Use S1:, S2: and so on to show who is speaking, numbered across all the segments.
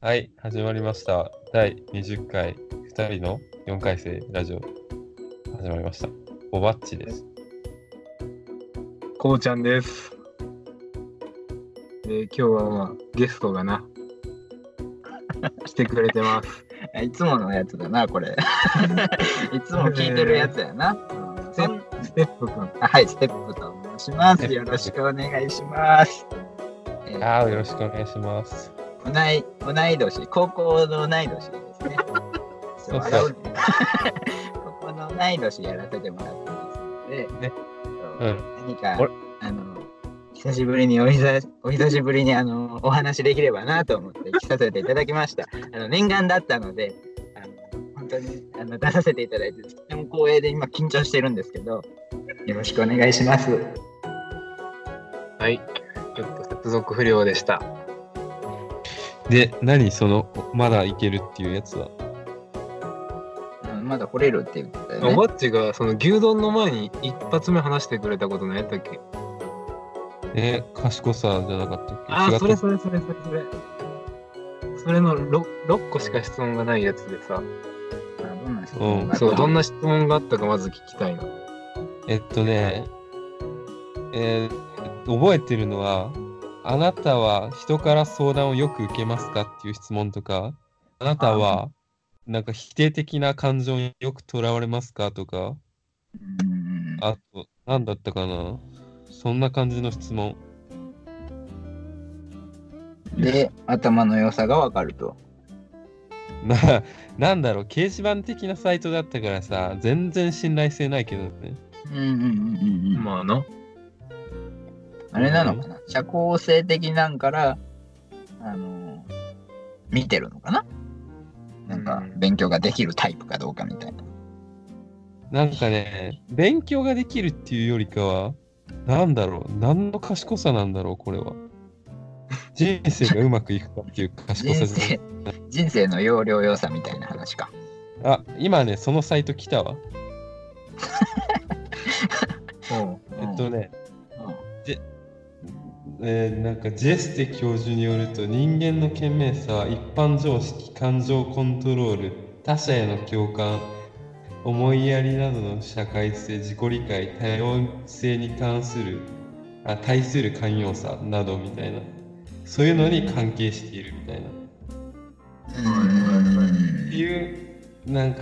S1: はい、始まりました。第20回、2人の4回生ラジオ、始まりました。おばっちです。
S2: こうちゃんです。えー、今日はまあゲストがな、来てくれて ます。
S3: いつものやつだな、これ。いつも聞いてるやつやな。
S2: ステ
S3: そん
S2: ステップくん。
S3: あはい、ステップと申します。よろしくお願いします。えー
S1: あー、よろしくお願いします。
S3: 同い同い年、高校の同い年ですね。
S1: そう
S3: 笑うね 高校の同い年やらせてもらってますので、
S1: ね
S3: そう
S1: うん
S3: 何か
S1: あれ
S3: あの久しぶりにお久しお久しぶりにあのお話できればなと思って来させていただきました。あの念願だったので、あの本当にあの出させていただいてとても光栄で今緊張してるんですけど、よろしくお願いします。
S2: はい。ちょっと接続不良でした。
S1: で、何その、まだいけるっていうやつは。
S3: うんまだ来れるって言ってたよ
S2: お
S3: ね。
S2: ばっちがその牛丼の前に一発目話してくれたこと何やったっけ
S1: えー、賢さじゃなかったっけ
S2: あ
S1: 違
S2: あ、
S1: っ
S2: そ
S1: た
S2: れ
S1: っ
S2: それそれそれそれ。それの 6, 6個しか質問がないやつでさ、
S3: あどんな質問があった
S2: そう、どんな質問があったかまず聞きたいな。
S1: けえっとね、えー覚えてるのは、あなたは人から相談をよく受けますかっていう質問とか、あなたは、なんか否定的な感情によくとらわれますかとか、
S3: うん
S1: あと、なんだったかなそんな感じの質問。
S3: で頭の良さがわかると。
S1: な、なんだろう、掲示板的なサイトだったからさ、全然信頼性ないけどね。
S3: うんうんうんうんうん。
S2: まあな。
S3: あれなのかな社交性的なんから、あのー見てるのかななんか
S2: うん
S3: 勉強ができるタイプかどうかみたいな。
S1: なんかね、勉強ができるっていうよりかは、なんだろう、何の賢さなんだろう、これは。人生がうまくいくかっていう賢
S3: 人
S1: さじゃ
S3: 生、人生の要領良さみたいな話か。
S1: あ、今ね、そのサイト来たわ。
S2: うん。
S1: えっとね、
S3: うんうん
S1: えーなんかジェステ教授によると人間の賢明さは一般常識感情コントロール他者への共感思いやりなどの社会性自己理解多様性に関するあ対する寛容さなどみたいなそういうのに関係しているみたいなっ
S3: うん
S1: ていうなんか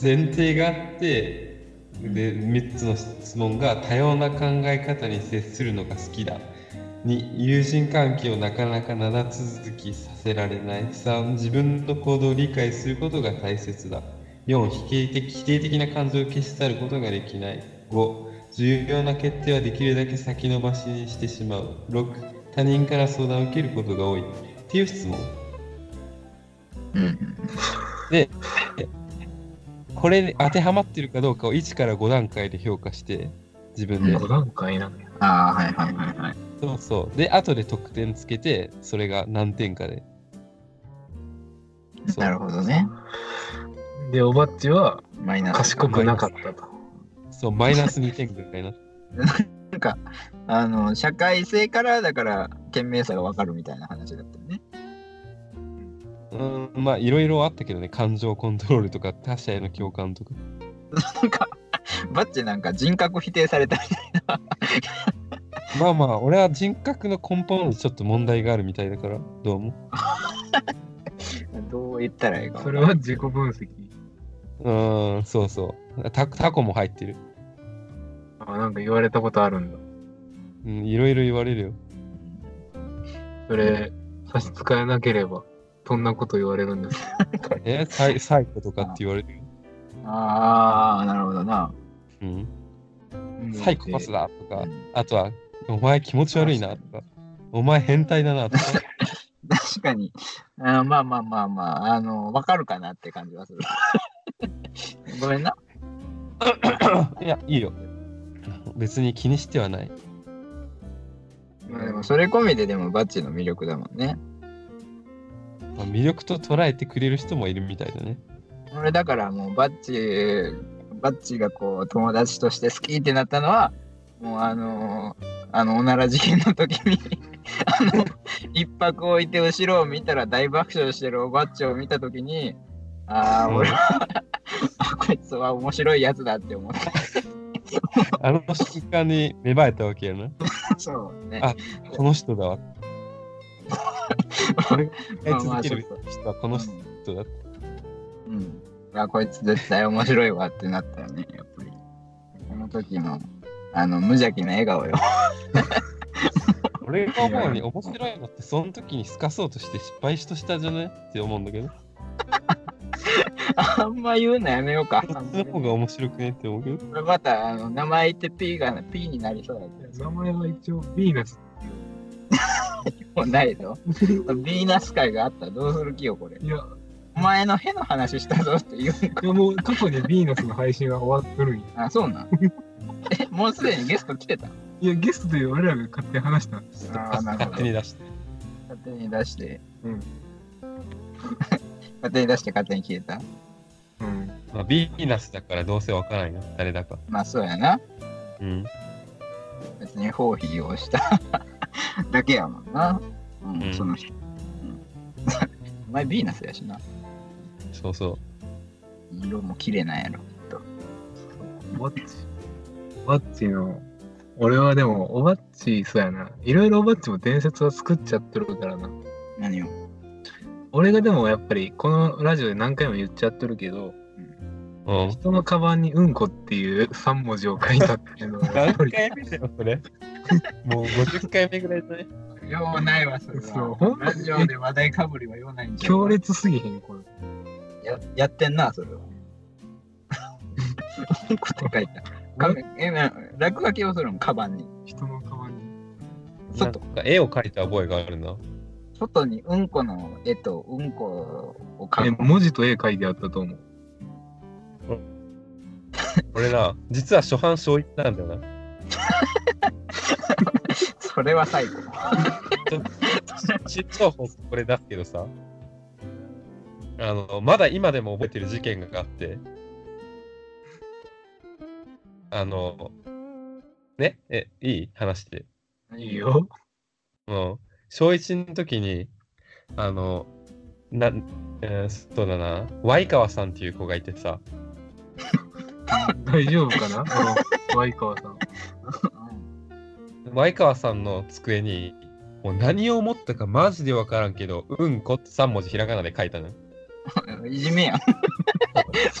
S1: 前提があってで3つの質問が多様な考え方に接するのが好きだに友人関係をなかなか長続きさせられない3自分の行動を理解することが大切だ4否定的否定的な感情を消し去ることができない5重要な決定はできるだけ先延ばしにしてしまう6他人から相談を受けることが多いっていう質問
S3: うんうん
S1: これに当てはまってるかどうかを1から5段階で評価して自分で
S2: 5段階なんだよ。
S3: ああ、はいはいはいはい。
S1: そうそう。で、後で得点つけて、それが何点かで。そう
S3: なるほどね。
S2: で、おばっちは
S3: マイナス。
S2: 賢くなかったと。
S1: そう、マイナス2点ぐらいな。
S3: なんか、あの、社会性からだから、賢明さがわかるみたいな話だったよね。
S1: うん、まあ、いろいろあったけどね。感情コントロールとか、他者への共感とか。
S3: なんか、バッチなんか人格否定されたみたい
S1: まあまあ、俺は人格の根本にちょっと問題があるみたいだから、どうも。
S3: な。どう言ったらいいか。
S2: それは自己分析。
S1: うん、そうそう。タタコも入ってる。
S2: あ、なんか言われたことあるんだ。
S1: うん、いろいろ言われるよ。
S2: それ、差し支えなければ、そんなこと言われるんです。
S1: えサイ、サイコとかって言われるよ。
S3: ああ、なるほどな。
S1: うん。サイコパスだとか
S3: う、ん
S1: あとは、お前気持ち悪いなとか、お前変態だなとか。
S3: 確かに。あーまあまあまあまあ、あの、わかるかなって感じはす る。ごめんな。
S1: いや、いいよ。別に気にしてはない。
S3: まあでも、それ込みででもバッチの魅力だもんね。
S1: まあ魅力と捉えてくれる人もいるみたいだね。
S3: 俺だからもうバッチ、バッチがこう、友達として好きってなったのは、もうあのーあの、おなら事件の時に あの一泊置いて後ろを見たら大爆笑してるおばっちを見たときに、ああ、
S1: うん
S3: 俺は、あ、こいつは面白いやつだって思った。
S1: あの瞬間に芽生えたわけやな。
S3: そうね。
S1: あこの人だわ。これが
S3: まあまあ
S1: 続ける人はこの人だ。
S3: うん。あ、こいつ絶対面白いわってなったよね、やっぱり。この時の、あの、無邪気な笑顔よ。
S1: 俺が思うに面白いのって、その時にすかそうとして失敗しとしたじゃないって思うんだけど。
S3: あんま言うのやめようか。
S1: そっちの方が面白くねって思うけど。
S3: これまた、あの、名前言って P が、P になりそうだけど。
S2: 名前は一応ヴィーナスっていう
S3: もうないぞ。 ヴィーナス会があったらどうする気よ、これ。
S2: いや、
S3: お前のへの話したぞって言うのか
S2: いやもう過去にヴィーナスの配信は終わっとるんや。
S3: あ、そうなん。え、もうすでにゲスト来てた
S2: いや、ゲストで俺らが勝手に話した。
S3: あーなる
S1: 勝
S3: ほど
S1: 手に出して。
S3: 勝手に出して。
S2: うん。
S3: 勝手に出して勝手に消えた
S2: うん。
S1: まあ、ビーナスだからどうせわからないな、誰だか。
S3: まあそうやな。
S1: うん。
S3: 別に放棄をした だけやもんな。うん、
S1: うん
S3: その人。うん、お前ヴィーナスやしな。
S1: そうそ
S3: 色も綺麗なんやろ。
S2: バッチ。バッチの、俺はでも、おばっち、そうやな。いろいろおばっちも伝説は作っちゃってるからな。
S3: 何を
S2: 俺がでもやっぱり、このラジオで何回も言っちゃってるけど、
S1: う。うん。
S2: 人のカバンにうんこっていう3文字を書いたっていうのは、や
S1: 何
S2: っぱり
S1: 回目だよ、それ。 もう50回目ぐらいじゃない
S3: ようないわ、それ
S2: そうほん
S3: は。
S2: ま
S3: ラジオで話題かぶりはようないんじゃん
S2: 強烈すぎへん、これ。
S3: ややってんな、それは。うん こって書いた。かえな落書きをするの、カバンに。
S2: 人のカバンに。
S1: なん
S3: 外
S1: か絵を描いた覚えがあるな。
S3: 外にうんこの絵とうんこを
S2: え、
S3: 描く。
S2: 文字と絵書いてあったと思う。
S1: 俺な、実は初版小一なんだよな。
S3: それは最後。
S1: 新情報これ出すけどさ、あの、まだ今でも覚えてる事件があって、あの、ね、え、いい話して。
S2: いいよ。
S1: うん、小一の時に、あの、な、えーそうだな、ワイカワさんっていう子がいてさ、
S2: 大丈夫 かなこの、ワイカワさん。
S1: 前川さんの机にもう何を思ったかマジで分からんけど「うんこ」って3文字ひらがなで書いた の。
S3: うんいじめやん。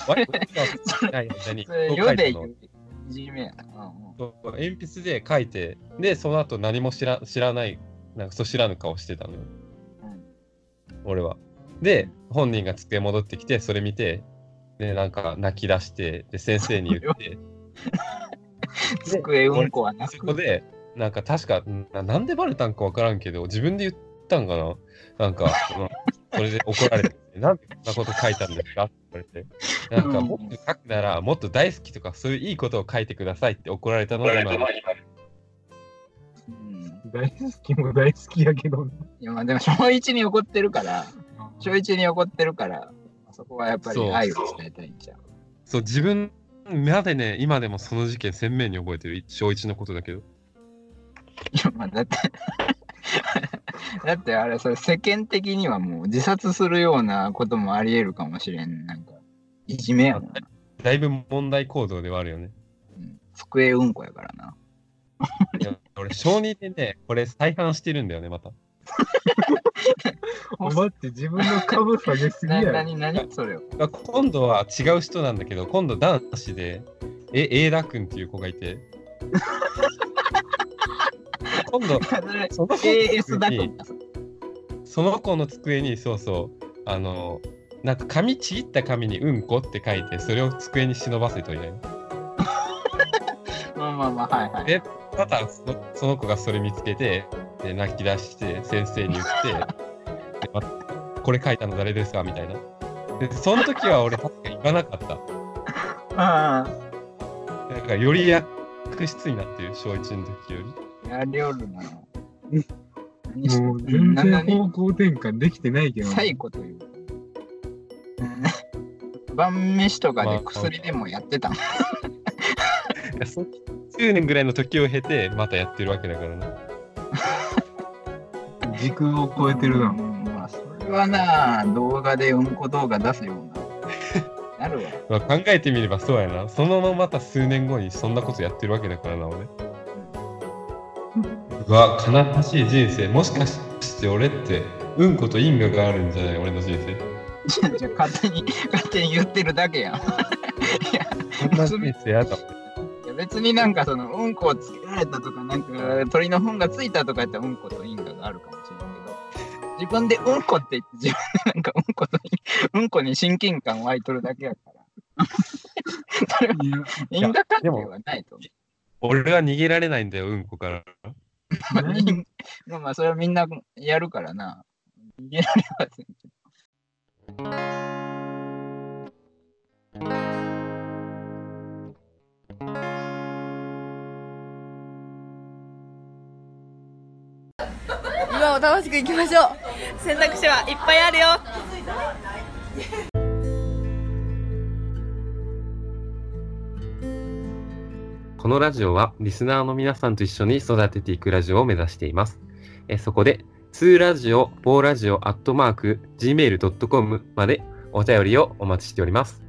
S1: 前川さんない間に
S3: それ
S1: こう書
S3: 世
S1: いた
S3: で言
S1: の
S3: う。いじめやん。
S1: そう鉛筆で書いてでその後何も知ら知らないなんかそう知らぬ顔してたのよ
S3: うんうん
S1: 俺は。で本人が机戻ってきてそれ見てでなんか泣き出してで先生に言って
S3: 机うんこはな
S1: そこ
S3: く。
S1: でなんか確かななんでバレたんか分からんけど自分で言ったんかななんか、 うんそれで怒られて「なんでこんなこと書いたんですか?」って言われて「なんか
S3: うん
S1: もっと書くならもっと大好きとかそういういいことを書いてください」って怒られたのが今
S3: うん
S2: 大好きも大好きやけどな。
S3: いやまあでも小一に怒ってるから、小一に怒ってるから、そこはやっぱ
S1: そう
S3: り愛を伝えたいんちゃう。
S1: そう自分までね今でもその事件鮮明に覚えてる小一のことだけど
S3: いやまあだって だってあれそれ世間的にはもう自殺するようなこともありえるかもしれんなんかいじめやもんな、
S1: だいぶ問題行動ではあるよね
S3: うん、机うんこやからない
S1: や俺小2でねこれ再犯してるんだよねまた
S2: おばって自分の株下げすぎ
S3: な
S2: やろ。
S3: 何何それを
S1: あ今度は違う人なんだけど今度男子でえエイラ君っていう子がい て今度その子
S3: AS だと
S1: にその子の机にそうそうあのなんか紙ちぎった紙に「うんこ」って書いてそれを机に忍ばせといて
S3: まあまあまあはいはい
S1: えただそのその子がそれ見つけてで泣き出して先生に言ってでまこれ書いたの誰ですかみたいなでその時は俺確か言わなかった
S3: あ
S1: だからより悪質になってる小1の時より。
S3: あやりおるな
S2: うん
S3: 何し
S2: もう全
S3: 何
S2: 然
S3: 何
S2: 方向転換できてないけどな。
S3: サイコといううん晩飯とか
S1: ま
S3: で
S1: あ
S3: 薬でもやってたの
S1: いやそ10年ぐらいの時を経てまたやってるわけだからな。
S2: 時空を超えてるな。
S3: うんまあ、それはな、動画でうんこ動画出すような。な るわ。
S1: まあ、考えてみればそうやな。そのまままた数年後にそんなことやってるわけだからな、俺。うわ、悲しい人生。もしかして俺って、うんこと因果があるんじゃない俺の人生。
S3: じゃあじゃあ勝手に、勝手に言ってるだけやん。い
S1: そんな人生やだ。
S3: や別になんかその、うんこをつけられたとか、なんか鳥の糞がついたとかやったらうんこと因果があるかもしれないけど、自分でうんこって言って、自分でなんかうんこと因、うんこに親近感湧いとるだけやから。 それはい
S2: や
S3: 因果関係はないと思う。
S1: 俺は逃げられないんだよ、うんこから。
S3: まあ、人まあまあ、それはみんなやるからな。逃げられませんけど。
S4: 今を楽しくいきましょう
S5: 選択肢はいっぱいあるよ
S6: このラジオはリスナーの皆さんと一緒に育てていくラジオを目指しています。えそこで、2ラジオ、4ラジオ、アットマーク、gmail.com までお便りをお待ちしております。